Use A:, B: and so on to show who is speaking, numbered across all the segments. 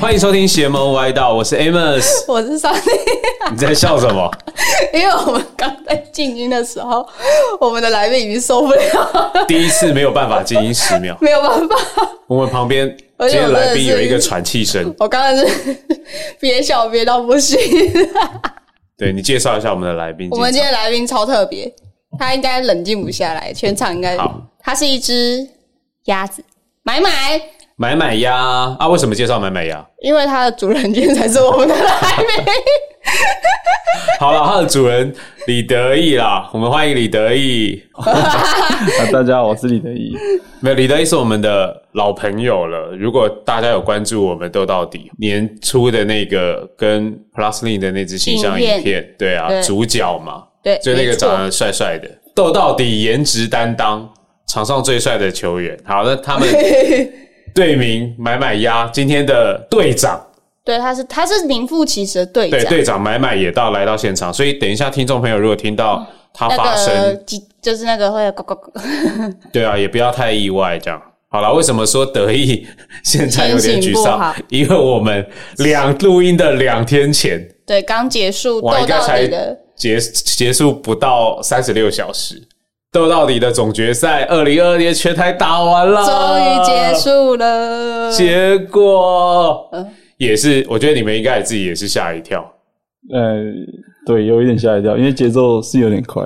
A: 欢迎收听邪门歪道，我是 Amos。
B: 我是上帝，
A: 你在笑什么？
B: 因为我们刚在进军的时候，我们的来宾已经受不了，
A: 第一次没有办法静音十秒，
B: 没有办法。
A: 我们旁边
B: 而
A: 今
B: 且我
A: 天
B: 真的是
A: 来宾有一个喘气声。
B: 我刚刚是憋笑憋到 不行。
A: 对你介绍一下我们的来宾。
B: 我们今天来宾超特别，他应该冷静不下来，全场应该
A: 好。
B: 他是一只鸭子，买买，
A: 买买鸭啊？为什么介绍买买鸭？
B: 因为它的主人今天才是我们的来宾。
A: 好了，它的主人李德义啦，我们欢迎李德义。
C: 啊，大家好，我是李德义。
A: 没有，李德义是我们的老朋友了。如果大家有关注我们斗到底年初的那个跟 Plusly 的那支形象
B: 影片
A: 影片，对啊，
B: 对
A: 主角嘛，
B: 对，
A: 就那
B: 没
A: 个
B: 错
A: 长得帅帅的，斗到底颜值担当，场上最帅的球员。好，那他们 队名买买鸭，今天的队长，
B: 对，他是他是名副其实的队
A: 对
B: 长。
A: 队长买买也到来到现场，所以等一下听众朋友如果听到他
B: 那
A: 发声，
B: 个鸡就是那个会咯咯咯
A: 对啊，也不要太意外这样。好了，为什么说德意现在有点
B: 心情
A: 沮
B: 不
A: 丧
B: 好？
A: 因为我们两录音的两天前，
B: 对，刚结束斗
A: 哇，应该
B: 到
A: 才
B: 底的，
A: 结结束不到三十六小时，斗到底的总决赛二零二二年全台打完了，
B: 终于结。束了。
A: 哦结果
B: 嗯
A: 也是，我觉得你们应该也自己也是吓一跳，
C: 呃，对，有一点吓一跳，因为节奏是有点快，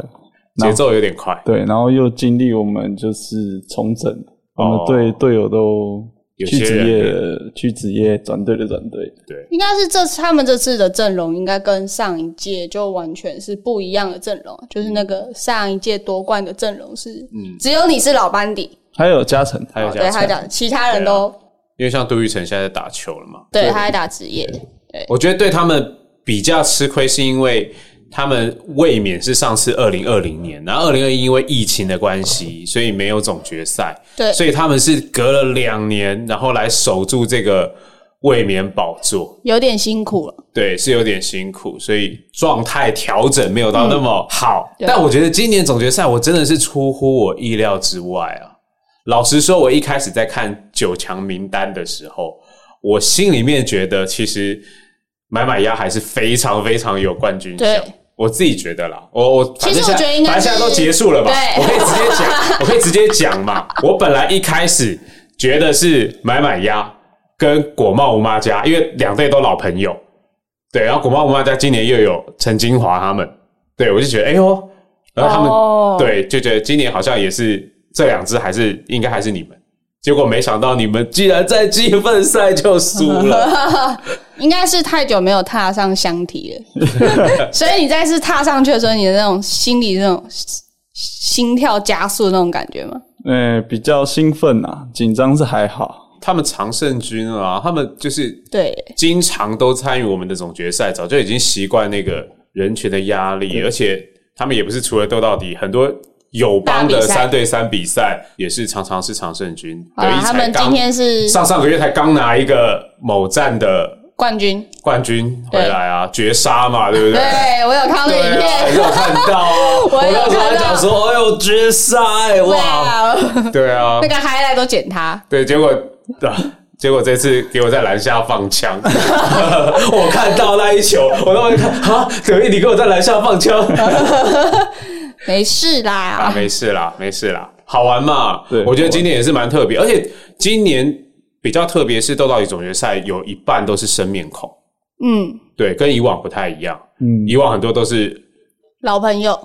A: 节奏有点快，
C: 对，然后又经历我们就是重整，我
A: 哦
C: 们队队友都
A: 有
C: 去
A: 些
C: 职
A: 人
C: 业的去职业转队的转队，
A: 对，
B: 应该是这次他们这次的阵容应该跟上一届就完全是不一样的阵容，就是那个上一届夺冠的阵容是，
A: 嗯
B: 只有你是老班底，
C: 还有加成，
A: 还有这
B: 对，
A: 样
B: 他
A: 子，
B: 讲其他人都
A: 因为像杜玉成现在在打球了嘛，
B: 对他在打职业，
A: 我觉得对他们比较吃亏，是因为他们卫冕是上次二零二零年，然后二零二一因为疫情的关系，所以没有总决赛，
B: 对
A: 所以他们是隔了两年，然后来守住这个卫冕宝座，
B: 有点辛苦了。
A: 对，是有点辛苦，所以状态调整没有到那么好。
B: 对
A: 但我觉得今年总决赛我真的是出乎我意料之外啊！老实说，我一开始在看九强名单的时候，我心里面觉得其实买买鸭还是非常非常有冠军相
B: 对。
A: 我自己觉得啦，我我
B: 其实
A: 反正现在
B: 我觉得应该
A: 反正现在
B: 是
A: 都结束了嘛，
B: 对
A: 我可以直接讲，我可以直接讲嘛。我本来一开始觉得是买买鸭跟果贸吴妈家，因为两队都老朋友，对，然后果贸吴妈家今年又有陈金华他们，对我就觉得哎呦，然后他们、
B: 哦
A: 对就觉得今年好像也是这两支还是应该还是你们，结果没想到你们竟然在积分赛就输 了，
B: 应该是太久没有踏上箱体了， 所以你再次踏上去的时候，你的那种心里那种心跳加速的那种感觉吗？
C: 呃，比较兴奋啊，紧张是还好，
A: 他们常胜军啊，他们就是
B: 对，
A: 经常都参与我们的总决赛，早就已经习惯那个人群的压力，而且他们也不是除了斗到底，很多友邦的
B: 大比赛
A: 三对三比赛也是常常是常胜军。
B: 好
A: 德
B: 啦
A: 意
B: 他
A: 才
B: 们
A: 刚
B: 今天是
A: 上上个月才刚拿一个某站的
B: 冠军，
A: 冠军回来啊，绝杀嘛，对不
B: 对
A: 对？
B: 我有看到那
A: 对
B: 个
A: 啊，我
B: 影片，
A: 有看到啊，
B: 我有
A: 那
B: 看到
A: 时候还讲说，哎呦，绝杀、哎
B: 对
A: 哇，
B: 啊，
A: 对啊
B: 那，个 highlight 都剪他。
A: 对，结果啊，结果这次给我在篮下放枪， 我看到那一球，我当时看啊，德意你给我在篮下放枪
B: 没事
A: 啊，
B: 啦，
A: 没事啦，没事啦，好玩嘛？
C: 对
A: 我觉得今年也是蛮特别，而且今年比较特别是斗到底总决赛有一半都是生面孔，
B: 嗯，
A: 对，跟以往不太一样，
C: 嗯，
A: 以往很多都是。
B: 老朋友，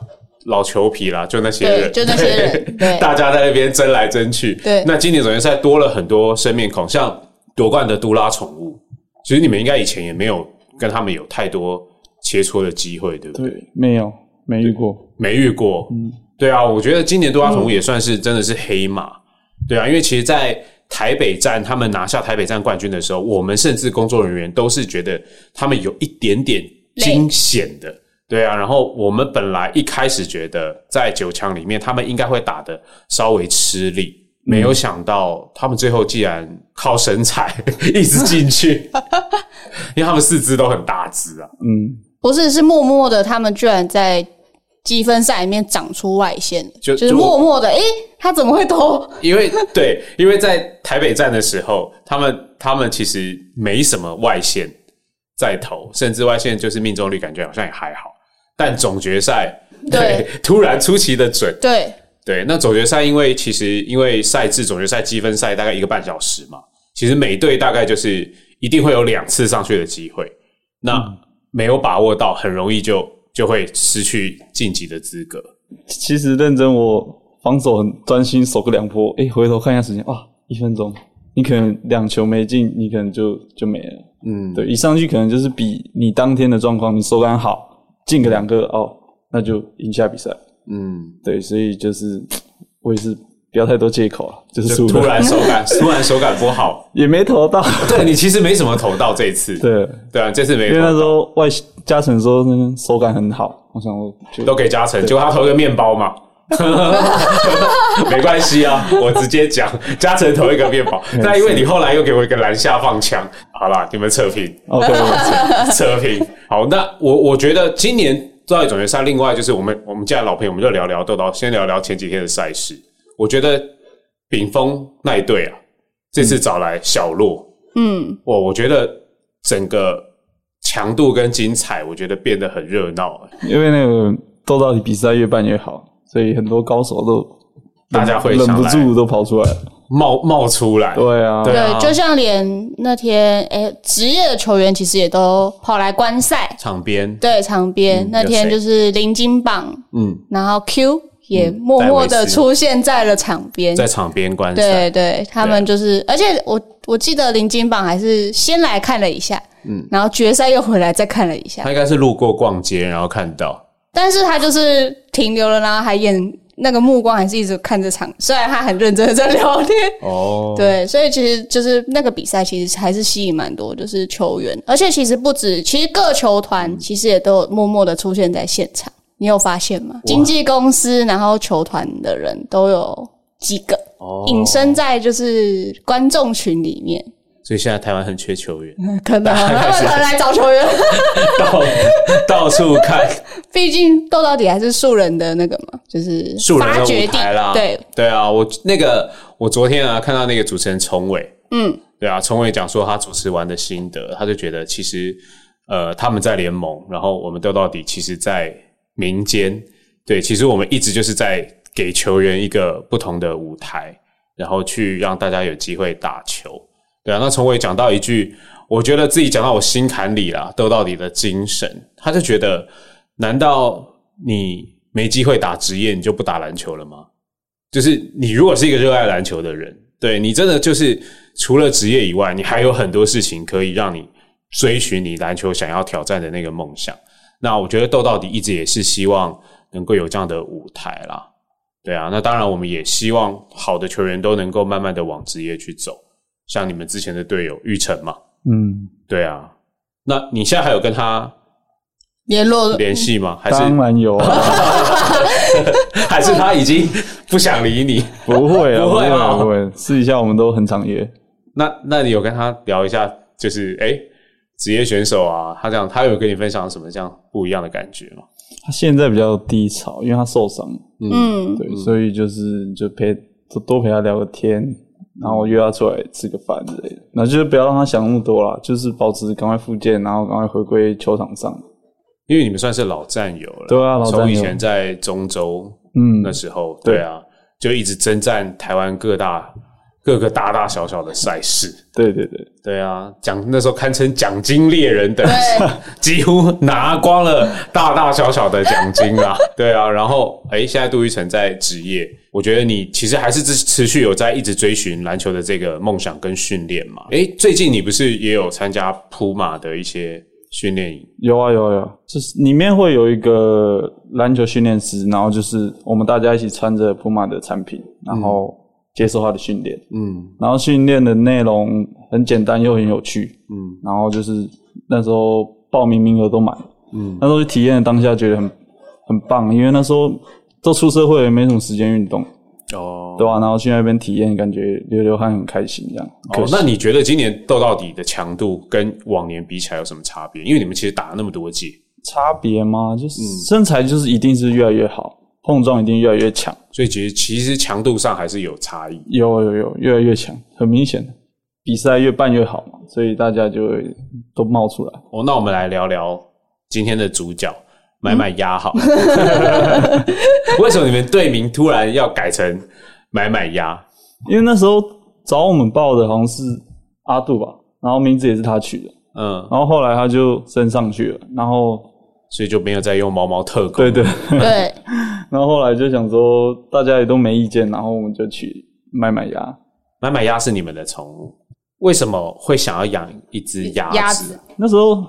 A: 老球皮啦，就那些
B: 对
A: 人，
B: 就那些 人对
A: 大家在那边争来争去。
B: 对
A: 那今年总决赛多了很多生面孔，像夺冠的杜拉宠物，其实你们应该以前也没有跟他们有太多切磋的机会，对不对？
C: 对，没有没遇过，
A: 没遇过，嗯，对啊，我觉得今年杜拉宠物也算是真的是黑马，对啊，因为其实，在台北站他们拿下台北站冠军的时候，我们甚至工作人员都是觉得他们有一点点惊险的，对啊，然后我们本来一开始觉得在九强里面他们应该会打的稍微吃力。没有想到，他们最后竟然靠身材 一直进去，因为他们四肢都很大只啊。
C: 嗯，
B: 不是是默默的，他们居然在积分赛里面长出外线，
A: 就
B: 就是
A: 就
B: 默默的，诶、他怎么会投？
A: 因为对，因为在台北站的时候，他们他们其实没什么外线在投，甚至外线就是命中率感觉好像也还好，但总决赛
B: 对
A: 突然出奇的准，
B: 对
A: 对，那总决赛因为其实因为赛制总决赛积分赛大概一个半小时嘛，其实每队大概就是一定会有两次上去的机会，那没有把握到，很容易就就会失去晋级的资格。
C: 其实认真我防守很专心，守个两波，哎、回头看一下时间，哇，一分钟，你可能两球没进，你可能就就没了。
A: 嗯，
C: 对，一上去可能就是比你当天的状况，你手感好，进个两个哦，那就赢下比赛。
A: 嗯，
C: 对，所以就是我也是不要太多借口啊，就是
A: 就
C: 输了
A: 突然手感突然手感不好，
C: 也没投 到。
A: 对你其实没什么投到这一次，
C: 对，
A: 对啊，这次没
C: 因为那
A: 投
C: 时候外嘉诚说那个手感很好，我想我就
A: 都给嘉诚，结果他投一个面包嘛。 没关系啊，我直接讲，嘉诚投一个面包，但因为你后来又给我一个篮下放枪，好啦，你们扯平，
C: OK，
A: 扯平。好，那我我觉得今年都在总决赛，另外就是我们我们既然老朋友，我们就聊聊豆豆，先聊聊前几天的赛事。我觉得丙峰那一队啊，这次找来小洛，
B: 嗯，
A: 我我觉得整个强度跟精彩，我觉得变得很热闹、
C: 因为那个斗到底比赛越办越好，所以很多高手都
A: 大家会
C: 忍
A: 上
C: 不
A: 来
C: 住都跑出来了。
A: 冒冒出来。
C: 对啊，
A: 对啊
B: 对，就像连那天，诶、职业的球员其实也都跑来观赛，
A: 场边，
B: 对场边、
A: 嗯
B: 那天
A: 有谁
B: 就是林金榜，
A: 嗯，
B: 然后 Q 也默
A: 戴
B: 默的
A: 维斯
B: 出现在了场边，
A: 在场边观赛，
B: 对对，他们就是，而且我我记得林金榜还是先来看了一下，嗯，然后决赛又回来再看了一下
A: 他，应该是路过逛街，然后看到，
B: 但是他就是停留了，然后还眼那个目光还是一直看着场，虽然他很认真的在聊天，
A: 哦，
B: 对，所以其实就是那个比赛其实还是吸引蛮多就是球员，而且其实不止，其实各球团其实也都有默默的出现在现场，你有发现吗？经纪公司然后球团的人都有几个。
A: 哦
B: 隐，身在就是观众群里面，
A: 所以现在台湾很缺球员，
B: 可能他们可能 来找球 员，
A: 到 到处看，
B: 毕竟斗到底还是素人的那个嘛，就是
A: 树人
B: 发
A: 的
B: 掘
A: 舞
B: 地
A: 台啦，
B: 对，
A: 对啊，我那个我昨天啊看到那个主持人崇伟，
B: 嗯，
A: 对啊，崇伟讲说他主持完的心得，他就觉得其实呃他们在联盟，然后我们斗到底，其实在民间，对，其实我们一直就是在给球员一个不同的舞台，然后去让大家有机会打球。对啊，那从伟讲到一句，我觉得自己讲到我心坎里啦，斗到底的精神，他就觉得，难道你没机会打职业，你就不打篮球了吗？就是你如果是一个热爱篮球的人，对你真的就是除了职业以外，你还有很多事情可以让你追寻你篮球想要挑战的那个梦想。那我觉得斗到底一直也是希望能够有这样的舞台啦，对啊。那当然，我们也希望好的球员都能够慢慢的往职业去走，像你们之前的队友玉成嘛，
C: 嗯，
A: 对啊。那你现在还有跟他
B: 联络
A: 联系吗？还
C: 当
A: 是
C: 然有啊，
A: 还是他已经不想理你？
C: 不会啊，
A: 不
C: 不
A: 会
C: 会
A: 啊
C: 啊，不会，私底下我们都很常约。
A: 那那你有跟他聊一下，就是哎，诶职、业选手啊，他这样，他有跟你分享什么这样不一样的感觉吗？
C: 他现在比较低潮，因为他受伤，
B: 嗯，
C: 对，所以就是就陪多多陪他聊个天，然后约他出来吃个饭之类的。那就是不要让他想那么多啦，就是保持赶快复健，然后赶快回归球场上。
A: 因为你们算是老战友了，
C: 对啊老战友
A: 从以前在中州
C: 嗯
A: 那，时候，
C: 对
A: 对啊，就一直征战台湾各大各个大大小小的赛事，
C: 对对对，
A: 对啊，奖那时候堪称奖金猎人等级
B: 对，
A: 几乎拿光了大大小小的奖金啦。对啊， 然后哎，现在杜玉成在职业，我觉得你其实还是持持续有在一直追寻篮球的这个梦想跟训练嘛。哎，最近你不是也有参加普马的一些训练营？
C: 有啊有啊有啊，就是里面会有一个篮球训练师，然后就是我们大家一起穿着普马的产品，然后接受他的训练。
A: 嗯
C: 然后训练的内容很简单又很有趣，
A: 嗯
C: 然后就是那时候报名名额都满，
A: 嗯，
C: 那时候去体验的当下觉得很很棒，因为那时候都出社会了，没什么时间运动，
A: 哦，
C: 对吧、啊然后去那边体验，感觉流流汗很开心这样。可
A: 哦，
C: 惜
A: 那你觉得今年斗到底的强度跟往年比起来有什么差别？因为你们其实打了那么多届，
C: 差别吗？就是
A: 嗯
C: 身材就是一定是越来越好，碰撞一定越来越强，
A: 所以其实其实强度上还是有差异。
C: 有有有，越来越强，很明显的。比赛越办越好嘛，所以大家就会都冒出来。
A: 哦，那我们来聊聊今天的主角买
B: 嗯
A: 买鸭好了。 为什么你们队名突然要改成买买鸭？
C: 因为那时候找我们报的好像是阿杜吧，然后名字也是他取的，
A: 嗯，
C: 然后后来他就升上去了，然后
A: 所以就没有再用毛毛特工。
C: 对对，
B: 对，
C: 然后后来就想说大家也都没意见，然后我们就去买买鸭。
A: 买买鸭是你们的宠物，为什么会想要养一只鸭子？
B: 鸭子
C: 那时候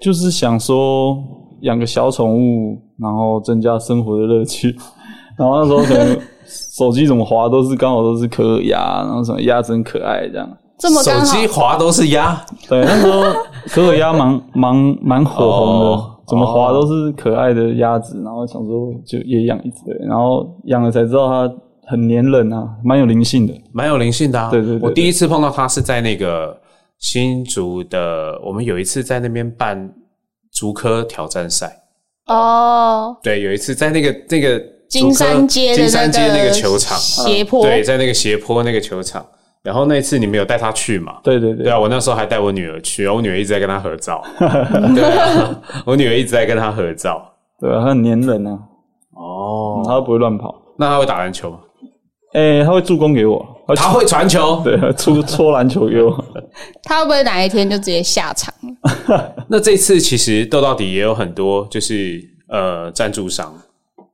C: 就是想说养个小宠物，然后增加生活的乐趣。 然后那时候可能手机怎么滑都是刚好都是可可鸭，然后什么鸭子很可爱这样。
B: 这么
A: 手
B: 刚好
A: 机滑都是鸭，
C: 对，那时候 可可鸭蛮蛮蛮火红的，
A: 哦
C: 怎么滑都是可爱的鸭子。然后想说就也养一只，对然后养了才知道它很粘人啊，蛮有灵性的。
A: 蛮有灵性的、啊。
C: 对对对对
A: 我第一次碰到它是在那个新竹的，我们有一次在那边办竹科挑战赛。
B: 哦，
A: 对，有一次在那个那个
B: 金山街的
A: 金山街那
B: 那
A: 个球场，
B: 斜坡，
A: 对，在那个斜坡那个球场。然后那次你们有带他去嘛？
C: 对对对
A: 对啊，我那时候还带我女儿去，然后我女儿一直在跟他合照。对啊，我女儿一直在跟他合照。
C: 对啊，它很粘人啊，
A: 哦，
C: 它不会乱跑。
A: 那他会打篮球吗？
C: 哎、它会助攻给我，它
A: 他会传球。
C: 对，它出搓篮球给我。
B: 他会不会哪一天就直接下场了？
A: 那这次其实斗到底也有很多，就是呃赞助商，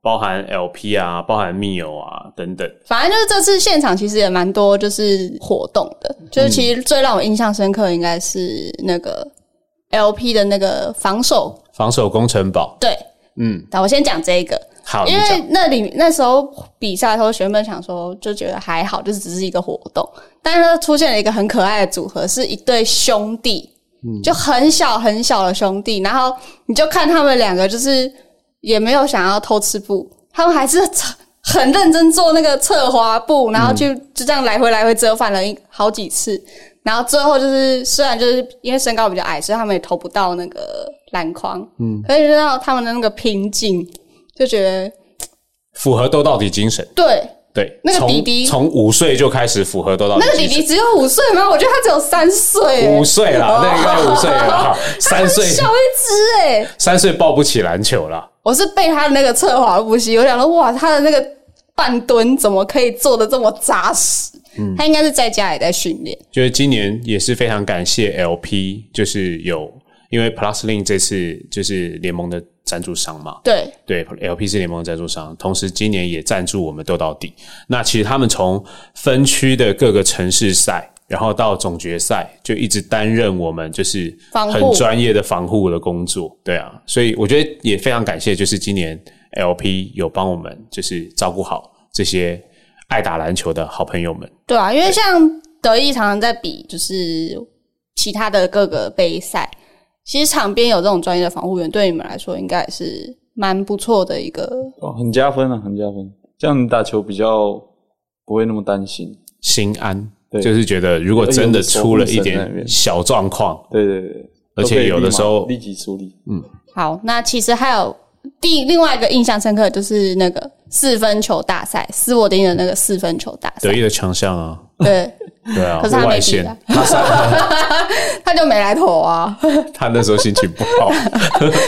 A: 包含 LP 啊，包含密友啊等等。
B: 反正就是这次现场其实也蛮多，就是活动的。就是其实最让我印象深刻的应该是那个 LP 的那个防守，
A: 防守工程堡，
B: 对。
A: 嗯，
B: 那我先讲这个，
A: 好，你
B: 因
A: 讲
B: 为那里那时候比赛的时候，原本想说就觉得还好，就是只是一个活动，但是它出现了一个很可爱的组合，是一对兄弟，
A: 嗯
B: 就很小很小的兄弟，然后你就看他们两个，就是也没有想要偷吃布，他们还是很认真做那个侧滑步，然后就
A: 嗯
B: 就这样来回来回折返了一好几次，然后最后就是虽然就是因为身高比较矮，所以他们也投不到那个篮筐，嗯，可以知道他们的那个瓶颈。就觉得
A: 符合斗到底精神。
B: 对，
A: 对，
B: 那个
A: 从
B: 弟弟
A: 从五岁就开始符合斗到底
B: 那个弟
A: 精神
B: 弟只有五岁吗？我觉得他只有三岁、欸，
A: 哦五岁啦，那应该五岁了， 好三岁
B: 小一只哎、
A: 三岁抱不起篮球啦。
B: 我是被他的那个侧滑不息，我想说哇，他的那个半蹲怎么可以做的这么扎实？
A: 嗯
B: 他应该是在家也在训练，
A: 就是今年也是非常感谢 LP，就是有因为 Pluslink 这次就是联盟的赞助商嘛，
B: 对，
A: 对，LP 是联盟的赞助商，同时今年也赞助我们斗到底。那其实他们从分区的各个城市赛，然后到总决赛，就一直担任我们就是
B: 防护
A: 很专业的防护的工作。对啊，所以我觉得也非常感谢，就是今年 LP 有帮我们就是照顾好这些爱打篮球的好朋友们。
B: 对啊，因为像德意常常在比，就是其他的各个杯赛，其实场边有这种专业的防护员，对你们来说应该也是蛮不错的一个。
C: 哦，很加分啊，很加分。这样你打球比较不会那么担心。
A: 心安，
C: 对
A: 就是觉得如果真的出了一点小状况，
C: 对对对，
A: 而且
C: 都可以
A: 有的
C: 立马
A: 时候
C: 立即处理。
B: 好，那其实还有第另外一个印象深刻的就是那个四分球大赛，斯沃丁的那个四分球大赛
A: 得，意的强项啊，
B: 对，
A: 对啊，
B: 可是他没
A: 外
B: 比
A: 线
B: 啊，他就没来投啊，
A: 他那时候心情不好，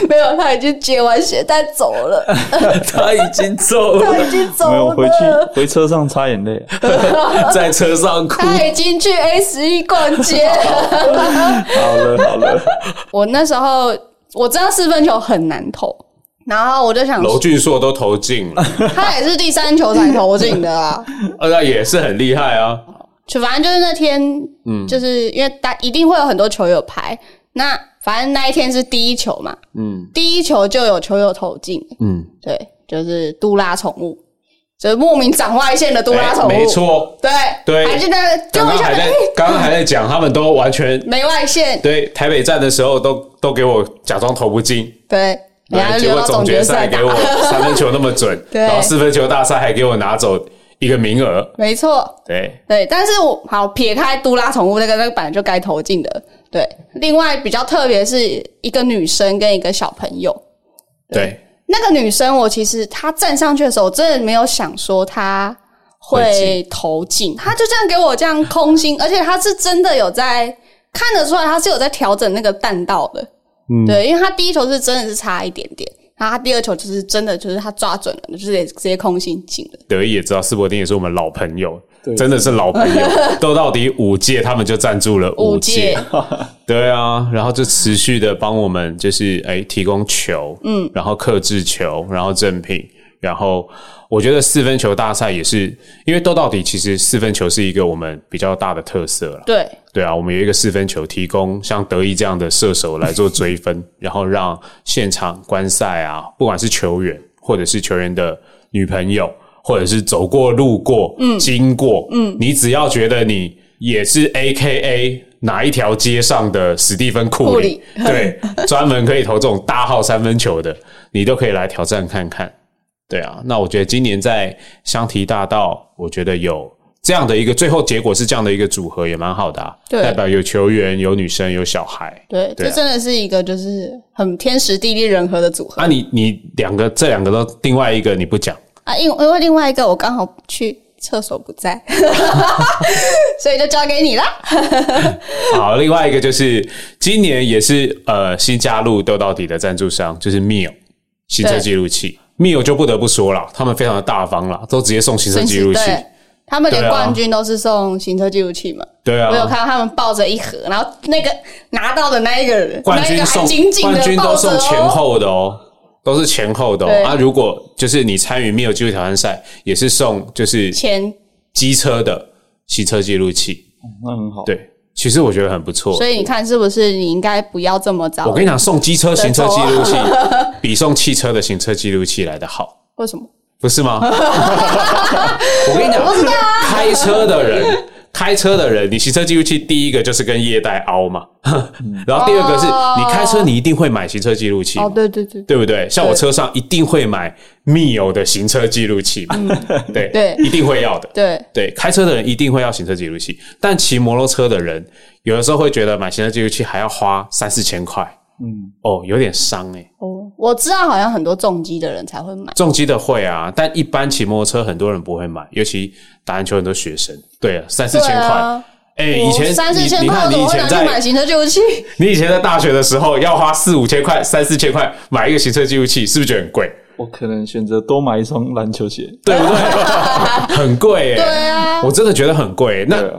B: 没有，他已经解完鞋带走了，
A: 他已经走
B: 他
A: 了，
B: 已经走
C: 没有回
B: 了，
C: 去回车上擦眼泪，
A: 在车上哭。
B: 他已经去 A 十一逛街了。
C: 好了好 了，
B: 我那时候我知道四分球很难投，然后我就想，
A: 娄俊硕都投进了，
B: 他也是第三球才投进的啊。
A: 呃，那也是很厉害啊。
B: 就反正就是那天，嗯，就是因为大一定会有很多球友排，那反正那一天是第一球嘛，
A: 嗯
B: 第一球就有球友投进，
A: 嗯，
B: 对，就是杜拉宠物，就是莫名长外线的杜拉
A: 哎
B: 宠物，
A: 没，错。
B: 对
A: 对
B: 还记得啊哦就
A: 刚
B: 我
A: 刚
B: 一下
A: 还
B: 子，
A: 在
B: 哎，
A: 刚刚还在讲，他们都完全
B: 没外线，
A: 对台北站的时候都都给我假装投不进，哎
B: 对，然后
A: 结
B: 留
A: 果
B: 到
A: 总
B: 决
A: 决赛
B: 打
A: 给，我三分球那么准，
B: 对
A: 然后四分球大赛还给我拿走一个名额，
B: 没错，
A: 对，
B: 对，但是我好撇开杜拉宠物那个那个本来就该投进的，对。另外比较特别是一个女生跟一个小朋友，
A: 对，
B: 那个女生，我其实她站上去的时候，我真的没有想说她会投进，她就这样给我这样空心，而且她是真的有在看得出来，她是有在调整那个弹道的。
C: 嗯
B: 对，因为她第一球是真的是差一点点，然后她第二球就是真的就是她抓准了，就是直接空心进了。
A: 德意也知道斯伯丁也是我们老朋友
C: 对，
A: 真的是老朋友，斗到底五届他们就赞助了五届，对啊，然后就持续的帮我们就是哎提供球，嗯，然后克制球，然后正品，然后我觉得四分球大赛也是，因为斗到底其实四分球是一个我们比较大的特色了。
B: 对，
A: 对啊，我们有一个四分球，提供像德意这样的射手来做追 分，然后让现场观赛啊，不管是球员或者是球员的女朋友，或者是走过路过、嗯、经过，嗯，你只要觉得你也是 A K A 哪一条街上的史蒂芬库里，对，专门可以投这种大号三分球的，你都可以来挑战看看。对啊，那我觉得今年在香堤大道，我觉得有这样的一个最后结果是这样的一个组合，也蛮好的、啊，
B: 对
A: 代表有球员、有女生、有小孩。
B: 对，
A: 对啊
B: 这真的是一个就是很天时地利人和的组合
A: 啊你，你两个这两个都另外一个你不讲，
B: 啊。因因为另外一个我刚好去厕所不在， 所以就交给你啦。
A: 好，另外一个就是今年也是呃新加入斗到底的赞助商就是 Mio 行车记录器，Mio 就不得不说了，他们非常的大方啦，都直接送行车记录器，
B: 对，他们连
A: 对啊
B: 冠军都是送行车记录器嘛。
A: 对啊，
B: 我有看到他们抱着一盒，然后那个拿到的那一个人，
A: 冠军
B: 那一个还
A: 送
B: 紧紧
A: 冠
B: 的
A: 军
B: 抱
A: 都
B: 着
A: 送前
B: 哦。
A: 后的哦，都是前后的
B: 对
A: 哦。啊，如果就是你参与没有机会挑战赛，也是送就是
B: 前，
A: 机车的行车记录器。
C: 那很好。，
A: 对，其实我觉得很不错
B: 所。以你看是不是你应该不要这么早
A: 我？跟你讲，送机车行车记录器 比送汽车的行车记录器来的好，
B: 为什么？
A: 不是 吗？我跟你讲，
B: 啊
A: 开车的人。开车的人，你行车记录器第一个就是跟业代凹嘛， 然后第二个是
B: 哦
A: 你开车，你一定会买行车记录器嘛
B: 哦，对对对，
A: 对不对？像我车上一定会买密友的行车记录器嘛，对
B: 嗯对
A: 一定会要的。
B: 对
A: 对，开车的人一定会要行车记录器，但骑摩托车的人有的时候会觉得买行车记录器还要花三四千块，
C: 嗯，
A: 哦，有点伤哎、
B: 哦，我知道好像很多重机的人才会买，
A: 重机的会啊，但一般骑摩托车很多人不会买，尤其打篮球很多学生。对啊，三四千
B: 对
A: 块，
B: 啊
A: 哎、以前
B: 三四
A: 你
B: 千
A: 你
B: 块，
A: 看
B: 我怎
A: 你以
B: 么会
A: 前
B: 拿去
A: 在
B: 买行车记录器？
A: 你以前在大学的时候要花四五千块、三四千块买一个行车记录器，是不是觉得很贵？
C: 我可能选择多买一双篮球鞋。
A: 对不 对？很贵耶、
B: 对啊，
A: 我真的觉得很贵、那
C: 对啊，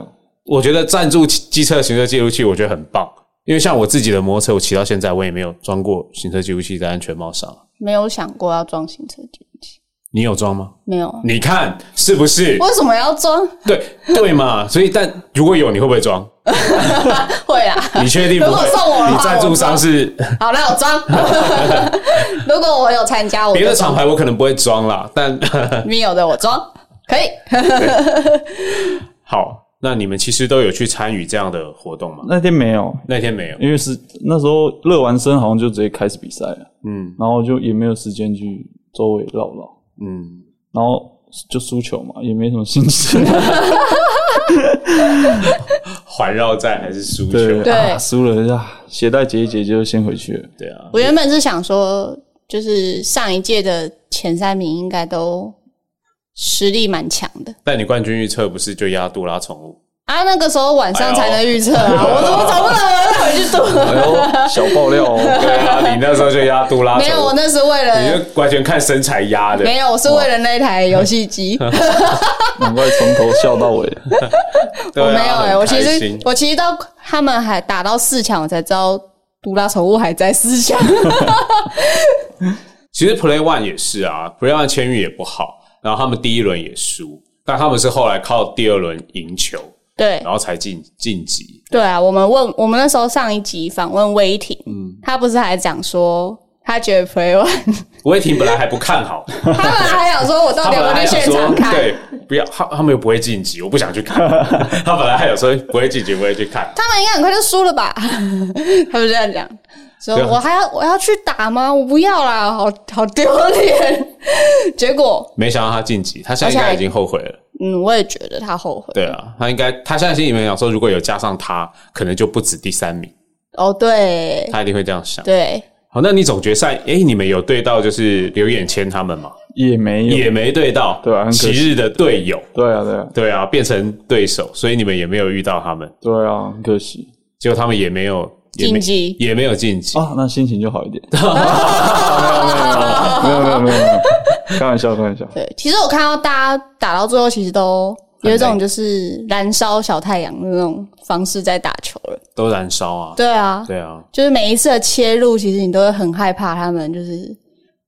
A: 我觉得赞助机车行车记录器，我觉得很棒，因为像我自己的摩托车，我骑到现在我也没有装过行车记录器在安全帽上。
B: 没有想过要装行车记录器，
A: 你有装吗？
B: 没有啊。
A: 你看是不是？
B: 为什么要装？
A: 对对嘛？所以，但如果有，你会不会 装？
B: 会啊，
A: 你确定不
B: 如果
A: 会？
B: 送我的话
A: 你赞助商是
B: 好，那我 装。如果我有参加，我
A: 别的
B: 就
A: 厂
B: 装；
A: 牌，我可能不会装啦。但
B: 没有的我装，可以。
A: 好，那你们其实都有去参与这样的活动吗？
C: 那天没有，
A: 那天没有，
C: 因为是那时候热完身，好像就直接开始比赛了，
A: 嗯
C: 然后就也没有时间去周围绕绕，
A: 嗯，
C: 然后就输球嘛，也没什么心情。
A: 环绕战还是输
C: 对
A: 球？
B: 对
C: 啊，输了一下，鞋带解一解就先回去了。
A: 对啊，
B: 我原本是想说，就是上一届的前三名应该都实力蛮强的
A: 但你冠军预测不是就压杜拉宠物？
B: 啊。那个时候晚上才能预测啊，
A: 哎呦
B: 我怎么找不到人回去 读？
C: 哎 呦，小爆料哦！
A: 对啊，你那时候就压杜拉，
B: 没有，我那是为了
A: 你就完全看身材压的。
B: 没有，我是为了那台游戏机。
C: 难怪从头笑到 尾。
A: 对啊
B: 我没有哎、
A: 很
B: 我其
A: 开
B: 实
A: 心
B: 我其实到他们还打到四强，我才知道独拉宠物还在 四强。
A: 其实 Play One 也是啊，Play One 签运也不好，然后他们第一轮也输，但他们是后来靠第二轮赢球，
B: 对
A: 然后才晋晋级。
B: 对啊，我们问我们那时候上一集访问威霆，
A: 嗯
B: 他不是还讲说他觉得 Play One，
A: 威霆本来还不看好，
B: 他们还想说 我到
A: 他
B: 底
A: 本
B: 有
A: 来还
B: 没有去
A: 想
B: 现场
A: 说
B: 看？
A: 对，不要他他们又不会晋级，我不想去 看。他本来还有说不会晋级，不会去看。
B: 他们应该很快就输了吧？ 他们这样讲，说
A: 对啊
B: 我还要我要去打吗？我不要啦，好好丢脸。 结果，
A: 没想到他晋级，他现在应该已经后悔了。
B: 嗯，我也觉得他后悔。
A: 对啊，他应该他现在心里面想说，如果有加上他，可能就不止第三名，
B: 哦，对
A: 他一定会这样想。
B: 对，
A: 好，那你总决赛，哎、你们有对到就是刘远谦他们吗？
C: 也没有，
A: 也没对到，
C: 对啊很可
A: 昔
C: 惜
A: 日的队友，
C: 对啊，对啊，
A: 对啊，变成对手，所以你们也没有遇到他们，
C: 对啊，很可惜
A: 结果他们也没有也没
B: 晋级
A: 也没有晋级。
C: 啊，那心情就好一 点。没有没有没有没有没有没有，开玩笑开玩笑。
B: 对，其实我看到大家打到最后，其实都有一种就是燃烧小太阳的那种方式在打球了。
A: 都燃烧啊！
B: 对啊，
A: 对啊，
B: 就是每一次的切入，其实你都会很害怕他们就是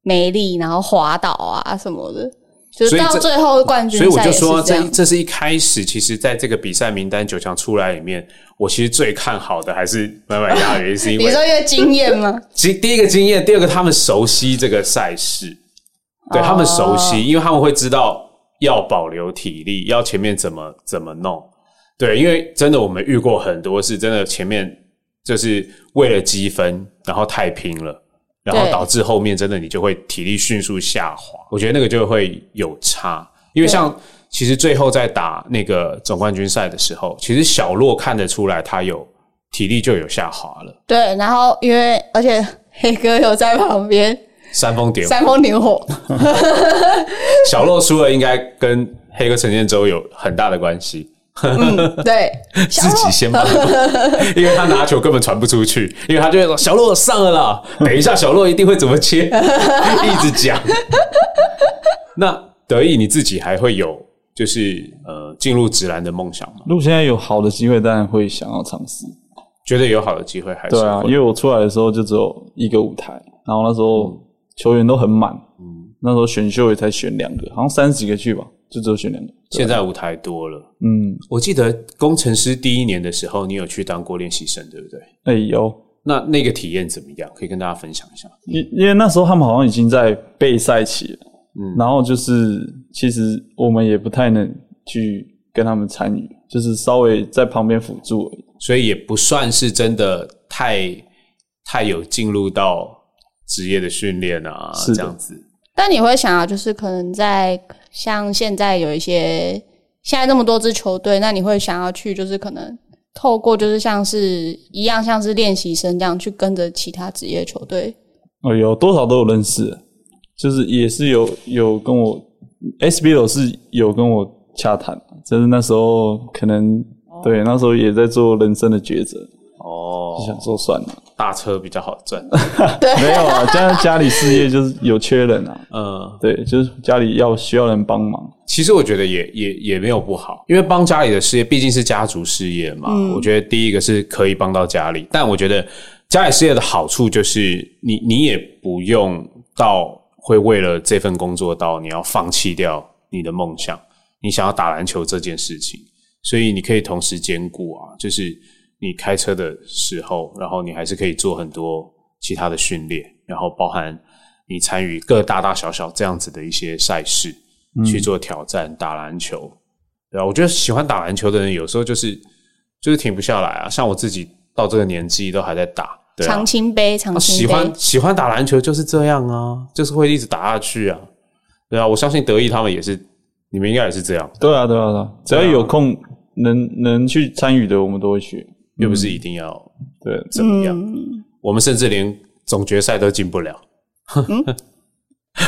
B: 没力，然后滑倒啊什么的。就是
A: 所以
B: 到
A: 这
B: 最后冠军
A: 所以我
B: 赛
A: 就
B: 也是
A: 说，
B: 这
A: 这
B: 样。
A: 这是一开始，其实在这个比赛名单九强出来里面，我其实最看好的还是 买买亚人，是因
B: 你
A: 为
B: 说越惊 艳吗？
A: 其第一个经验，第二个他们熟悉这个赛事，对、
B: 哦
A: 他们熟悉，因为他们会知道要保留体力，要前面怎么怎么弄。对，因为真的我们遇过很多是真的前面就是为了积分，然后太拼了，然后
B: 对
A: 导致后面真的你就会体力迅速下滑。我觉得那个就会有差，因为像其实最后在打那个总冠军赛的时候，其实小洛看得出来他有体力就有下滑了，
B: 对，然后因为而且黑哥有在旁边
A: 煽风点火。
B: 煽风点火，
A: 小洛输了，应该跟黑哥陈建州有很大的关系。
B: 嗯，对，小
A: 自己
B: 鹿
A: 先吧，因为他拿球根本传不出去，因为他就会说小洛上了啦， 等一下小洛一定会怎么切， 一直讲。那德意你自己还会有就是呃进入直男的梦想吗？
C: 如果现在有好的机会，当然会想要尝试。
A: 觉得有好的机会还是
C: 对啊，
A: 会
C: 因为我出来的时候就只有一个舞台，然后那时候球员都很满，
A: 嗯
C: 那时候选秀也才选两个，好像三十几个去吧，就只有选两个。
A: 现在舞台多了。
C: 嗯，
A: 我记得工程师第一年的时候，你有去当过练习生，对不对？
C: 哎、有，
A: 那那个体验怎么样？可以跟大家分享一下。
C: 因因为那时候他们好像已经在备赛期了，
A: 嗯
C: 然后就是其实我们也不太能去跟他们参与，就是稍微在旁边辅助而已。
A: 所以也不算是真的太太有进入到职业的训练啊，
C: 是
A: 这
C: 的
A: 样子。
B: 但你会想啊，就是可能在像现在有一些现在那么多支球队，那你会想要去，就是可能透过就是像是一样像是练习生这样去跟着其他职业球队。
C: 哦，有多少都有认识的，就是也是有有跟我 SBL 是有跟我洽谈，就是那时候可能、
B: 哦
C: 对那时候也在做人生的抉择，就
A: 哦，
C: 想说算了，
A: 大车比较好赚。
C: 没有啊，现在家里事业就是有缺人啊，
A: 嗯，
C: 对，就是家里要需要人帮忙，
A: 其实我觉得也也也没有不好，因为帮家里的事业毕竟是家族事业嘛。我觉得第一个是可以帮到家里，但我觉得家里事业的好处就是你你也不用到会为了这份工作到你要放弃掉你的梦想，你想要打篮球这件事情，所以你可以同时兼顾啊，就是你开车的时候，然后你还是可以做很多其他的训练，然后包含你参与各大大小小这样子的一些赛事。去做挑战，打篮球，对啊，我觉得喜欢打篮球的人有时候就是就是停不下来啊，像我自己到这个年纪都还在打，对啊
B: 长，青杯，长
A: 啊喜
B: 青杯，
A: 欢喜欢打篮球就是这样啊，就是会一直打下去啊，对啊，我相信德意他们也是，你们应该也是这样，
C: 对啊，对啊，对啊，只要有空能能去参与的，我们都会去，
A: 嗯
C: 嗯
A: 又不是一定要
C: 对，
A: 怎么样，我们甚至连总决赛都进不了，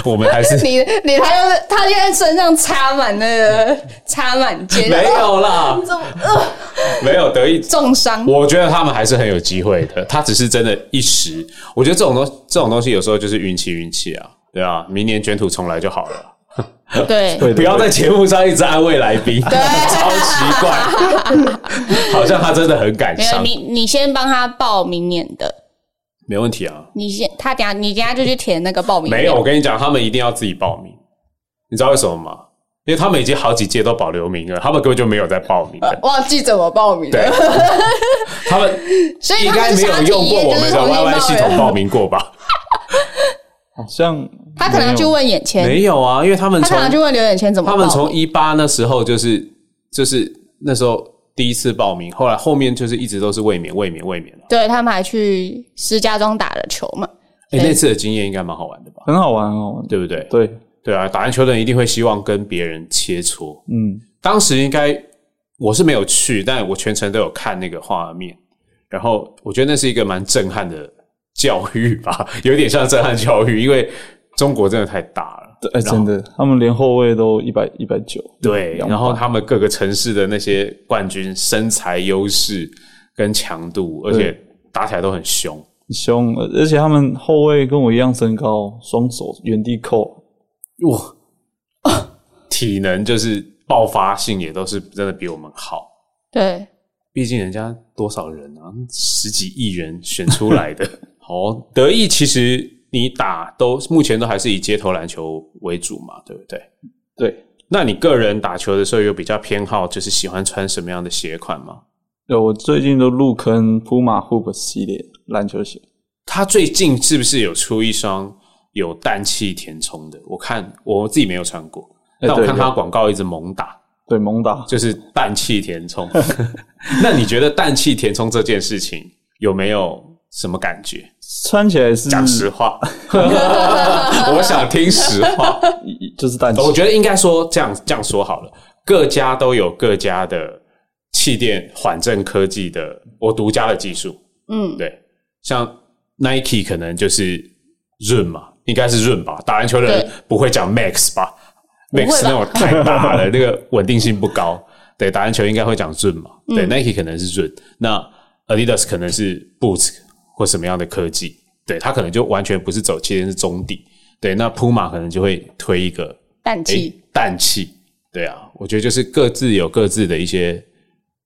A: 我们还是
B: 你你他就是他现在身上插满那个插满尖，
A: 没有啦，
B: 怎么呃
A: 没有德意
B: 重伤？
A: 我觉得他们还是很有机会的，他只是真的一时。我觉得这种东这种东西有时候就是运气运气啊，对啊，明年卷土重来就好了。
B: 对
C: 对
A: 不要在节目上一直安慰来宾，超奇怪， 好像他真的很感
B: 没有
A: 伤。
B: 你你先帮他报明年的，
A: 没问题啊，
B: 你先他等下你等下就去填那个报名 表，
A: 没有，我跟你讲，他们一定要自己报名，你知道为什么吗？因为他们已经好几届都保留名额，他们根本就没有在报名的。
B: 忘记怎么报名
A: 对
B: 了。
A: 他们
B: 所以
A: 应
B: 呃他
A: 该
B: 们
A: 没
B: 是
A: 有
B: 想要
A: 用
B: 体
A: 过
B: 验
A: 我
B: 就是
A: 们的
B: 重新
A: YY 系统
B: 人
A: 报名过吧？
C: 好像
B: 他可能去问眼前，
A: 没有啊，因为他们
B: 他可
A: 从
B: 能去问刘眼前怎么
A: 他
B: 报。
A: 们从一八那时候就是就是那时候第一次报名，后来后面就是一直都是卫冕卫冕卫冕了。
B: 对他们还去石家庄打了球嘛？
A: 哎、
B: 对
A: 那次的经验应该蛮好玩的吧？
C: 很好玩，很好玩，
A: 对不对？
C: 对，
A: 对啊，打篮球的人一定会希望跟别人切磋。
C: 嗯，
A: 当时应该我是没有去，但我全程都有看那个画面，然后我觉得那是一个蛮震撼的教育吧， 有点像震撼教育，因为中国真的太大了。
C: 对，哎，真的，他们连后卫都一百一百九，
A: 对，
C: 两
A: 然后
C: 百
A: 他们各个城市的那些冠军身材优势跟强度，而且打起来都很凶。
C: 很凶，呃而且他们后卫跟我一样身高，双手原地扣，
A: 哇， 体能就是爆发性也都是真的比我们好。
B: 对，
A: 毕竟人家多少人啊，十几亿人选出来的。 好，哦德意其实你打都目前都还是以街头篮球为主嘛，对不对？
C: 对，
A: 那你个人打球的时候有比较偏好，就是喜欢穿什么样的鞋款吗？
C: 对我最近都入坑 Puma Hoop 系列篮球鞋，
A: 他最近是不是有出一双有氮气填充的？我看我自己没有穿过，
C: 哎
A: 但我
C: 对
A: 看他
C: 有
A: 广告一直猛打，
C: 对，猛打，
A: 就是氮气填充。 那你觉得氮气填充这件事情有没有什么感觉？
C: 穿起来是
A: 讲实话， 我想听实话。
C: 就是氮气，
A: 呃我觉得应该说这样这样说好了，各家都有各家的气垫缓震科技的我独家的技术。
B: 嗯，
A: 对，像 Nike 可能就是 Run 嘛，应该是 Run 吧。打篮球的人
B: 对
A: 不会讲 Max 吧
B: 不会吧
A: ？Max 那种太大 了，那个稳定性不高。对，打篮球应该会讲 Run 嘛。
B: 嗯
A: 对、n i k e 可能是 Run，那 Adidas 可能是 Boots 或什么样的科技。对，它可能就完全不是走气垫，是中底。对，那 Puma 可能就会推一个
B: 氮气。
A: 诶哎氮气。对啊，我觉得就是各自有各自的一些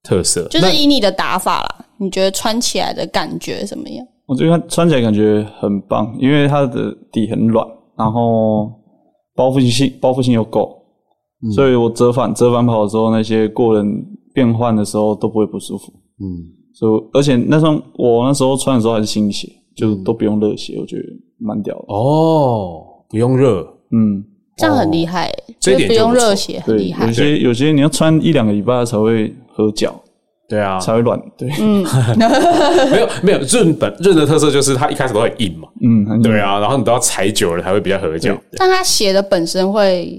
A: 特色。
B: 就是以你的打法啦，你觉得穿起来的感觉怎么样？
C: 我觉得它穿起来感觉很棒，因为它的底很软，然后包覆性包覆性又够，
A: 嗯
C: 所以我折返折返跑的时候，那些过人变换的时候都不会不舒服。
A: 嗯。
C: 所以我而且那双我那时候穿的时候还是新鞋，就
A: 嗯
C: 都不用热鞋，我觉得蛮屌的。
A: 哦，不用热，
C: 嗯，
B: 这样很厉害、欸，
A: 哦这一
B: 是
A: 点
B: 不
A: 就
B: 用
A: 不错
B: 热血，很
C: 对，
B: 厉害
C: 有。些有些你要穿一两个礼拜才会合脚，
A: 对啊，
C: 才会软。对，
B: 嗯
A: 没有没有润本润的特色就是它一开始都很硬嘛，
C: 嗯，很
A: 对啊，然后你都要踩久了才会比较合脚，
B: 但它写的本身会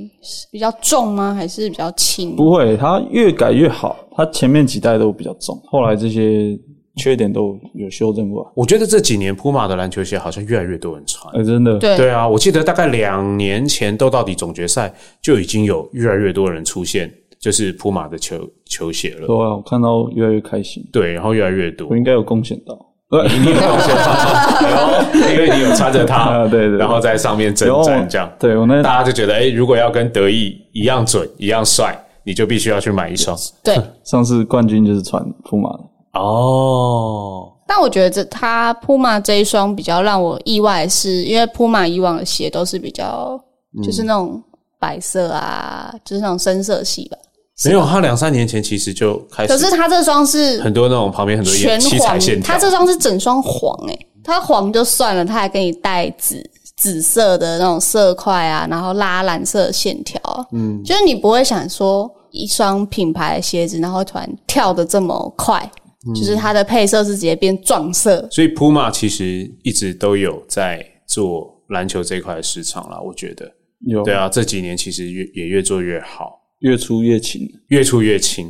B: 比较重吗？还是比较轻？
C: 不会，它越改越好。它前面几代都比较重，后来这些缺点都有修正过来。
A: 我觉得这几年普马的篮球鞋好像越来越多人穿。
C: 哎、真的，
B: 对
A: 对啊，我记得大概两年前斗到底总决赛就已经有越来越多人出现，就是普马的球球鞋了。
C: 对啊，我看到越来越开心，
A: 对，然后越来越多
C: 我，应该有贡献到。对，
A: 因为你有穿着它，
C: 啊对对对
A: 然后在上面征
C: 有
A: 战这样。
C: 对我那
A: 大家就觉得，哎、如果要跟德意一样准、一样帅，你就必须要去买一双。
B: 对。
C: 上次冠军就是穿普马的，
A: 哦，
B: 但我觉得这它 Puma 这一双比较让我意外的是，因为 Puma 以往的鞋都是比较
C: 嗯
B: 就是那种白色啊，就是那种深色系吧。
A: 没有，他两三年前其实就开始，
B: 可是它这双是
A: 很多那种旁边很多
B: 全
A: 七彩
B: 黄
A: 线，条
B: 它，这双是整双黄诶、它黄就算了，它还给你带紫紫色的那种色块啊，然后拉蓝色的线条啊，嗯，就是你不会想说一双品牌的鞋子，然后突然跳的这么快，
A: 嗯
B: 就是它的配色是直接变撞色，
A: 所以 Puma 其实一直都有在做篮球这一块的市场啦。我觉得，
C: 有
A: 对啊，这几年其实越也越做越好，
C: 越出越勤，
A: 越出越轻。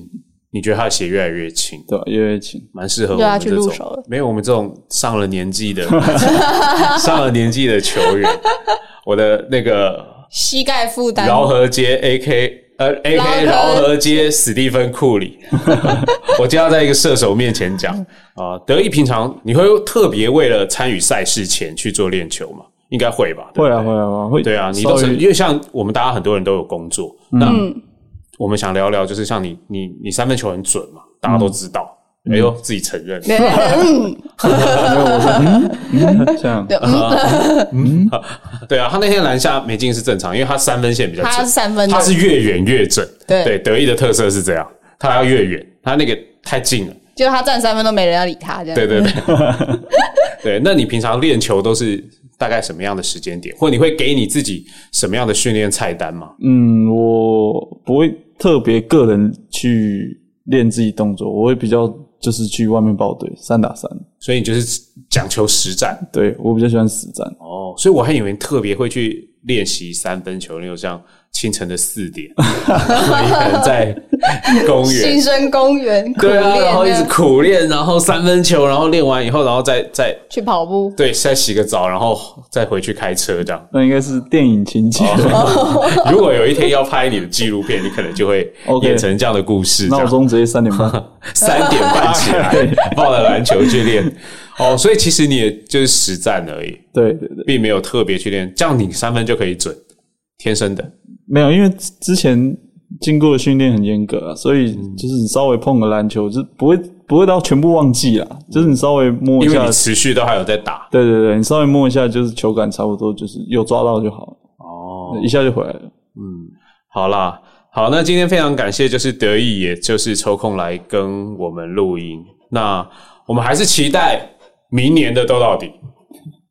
A: 你觉得他的鞋越来越轻，
C: 对吧、越来越勤。
A: 蛮适合我
B: 又要
A: 们
B: 啊去
A: 这种
B: 入手了
A: 没有我们这种上了年纪的 上了年纪的球员。我的那个
B: 膝盖负担
A: 饶河街 A K 呃 A K
B: 饶
A: 饶
B: 河
A: 河街史蒂芬库里， 我就要在一个射手面前讲啊、德意平常你会特别为了参与赛事前去做练球吗？应该会吧？对不
C: 会
A: 对
C: 啊，会啊，会啊会。
A: 对啊，你都
C: 稍
A: 是
C: 微嗯
A: 因为像我们大家很多人都有工作，那我们想聊聊，就是像你你你三分球很准嘛，大家都知道，哎呦自己承认，
B: 对嗯
C: 嗯这样，
B: 对，嗯，
A: 对啊，他那天篮下没进是正常，因为他三分线比较准，
B: 它是三分的
A: 它，是越远越准。
B: 对
A: 德意的特色是这样，它要越远，它那个太近了。
B: 就他站三分都没人要理他，这样
A: 对对对，
B: 嗯
A: 对。那你平常练球都是大概什么样的时间点，或你会给你自己什么样的训练菜单吗？
C: 嗯，我不会特别个人去练自己动作，我会比较就是去外面报队，三打三。
A: 所以你就是讲求实战
C: 对我比较喜欢实战，
A: 哦。所以我还以为你特别会去练习三分球，例如像清晨的四点， 一个人在公园
B: 新，生公园，
A: 对
B: 苦
A: 啊，
B: 练
A: 然后一
B: 呢
A: 直苦练，然后三分球，然后练完以后，然后再再
B: 去跑步，
A: 对再洗个澡，然后再回去开车 这样。
C: 那应该是电影情节。
A: 哦如果有一天要拍你的纪录片，你可能就会
C: OK
A: 演成这样的故事。这
C: 闹
A: 样
C: 钟直接三点半，
A: 三点半起来抱着篮球去练，哦，所以其实你也就是实战而已，
C: 对对对，
A: 并没有特别去练，这样你三分就可以准，天生的。
C: 没有，因为之前经过的训练很严格啊，所以就是你稍微碰个篮球，就不会不会到全部忘记啦，就是你稍微摸一
A: 因为
C: 下
A: 你，持续都还有在打
C: 对对对，你稍微摸一下，就是球感差不多，就是有抓到就好了，
A: 哦。
C: 一下就回来了。
A: 好啦，好，那今天非常感谢，就是德意，也就是抽空来跟我们录音。那我们还是期待明年的斗到底，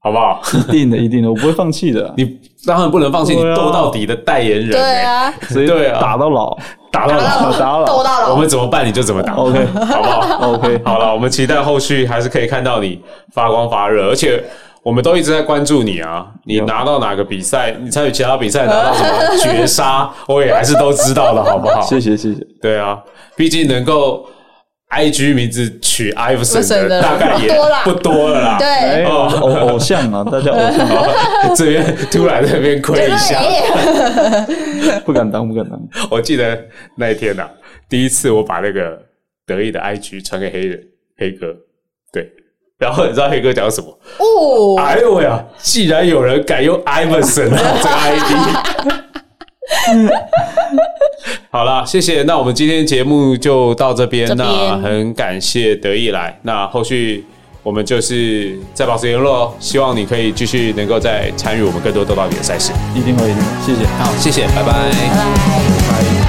A: 好不好？
C: 一定的，一定的，我不会放弃的啊，
A: 你当然不能放弃你
C: 对啊
A: 斗到底的代言人、
B: 对
A: 欸，
B: 啊，
C: 所以
A: 对啊
C: 打到老。
A: 打到老，
C: 打到
B: 斗到
A: 我
B: 老，
A: 们怎么办你就怎么打
C: OK
A: 好不好
C: OK
A: 好了，我们期待后续还是可以看到你发光发热，而且我们都一直在关注你啊。你拿到哪个比赛，你参与其他比赛拿到什么绝杀，我也还是都知道的，好不好？
C: 谢谢谢谢，
A: 对啊，毕竟能够 IG 名字取 Iverson 的大概也
B: 多啦
A: 不多了啦。
B: 对，
C: 哎，
A: 哦
C: 偶偶像啊，大家偶像，
A: 好 这边突然这边亏一下，
B: 对，哎
C: 不敢当不敢当，
A: 我记得那一天呐、啊，第一次我把那个得意的 IG 传给黑人黑哥，对，然后你知道黑哥讲什么？
B: 哦，
A: 哎呦喂呀，既然有人敢用 Iverson 啊这个 ID，好啦，谢谢。那我们今天节目就到这边，
B: 这边
A: 那很感谢得意来，那后续。我们就是再保持联络哦，希望你可以继续能够再参与我们更多斗到底的赛事。
C: 一定会一定会，谢谢。
A: 好，谢谢，拜拜
B: 拜拜。
C: 拜。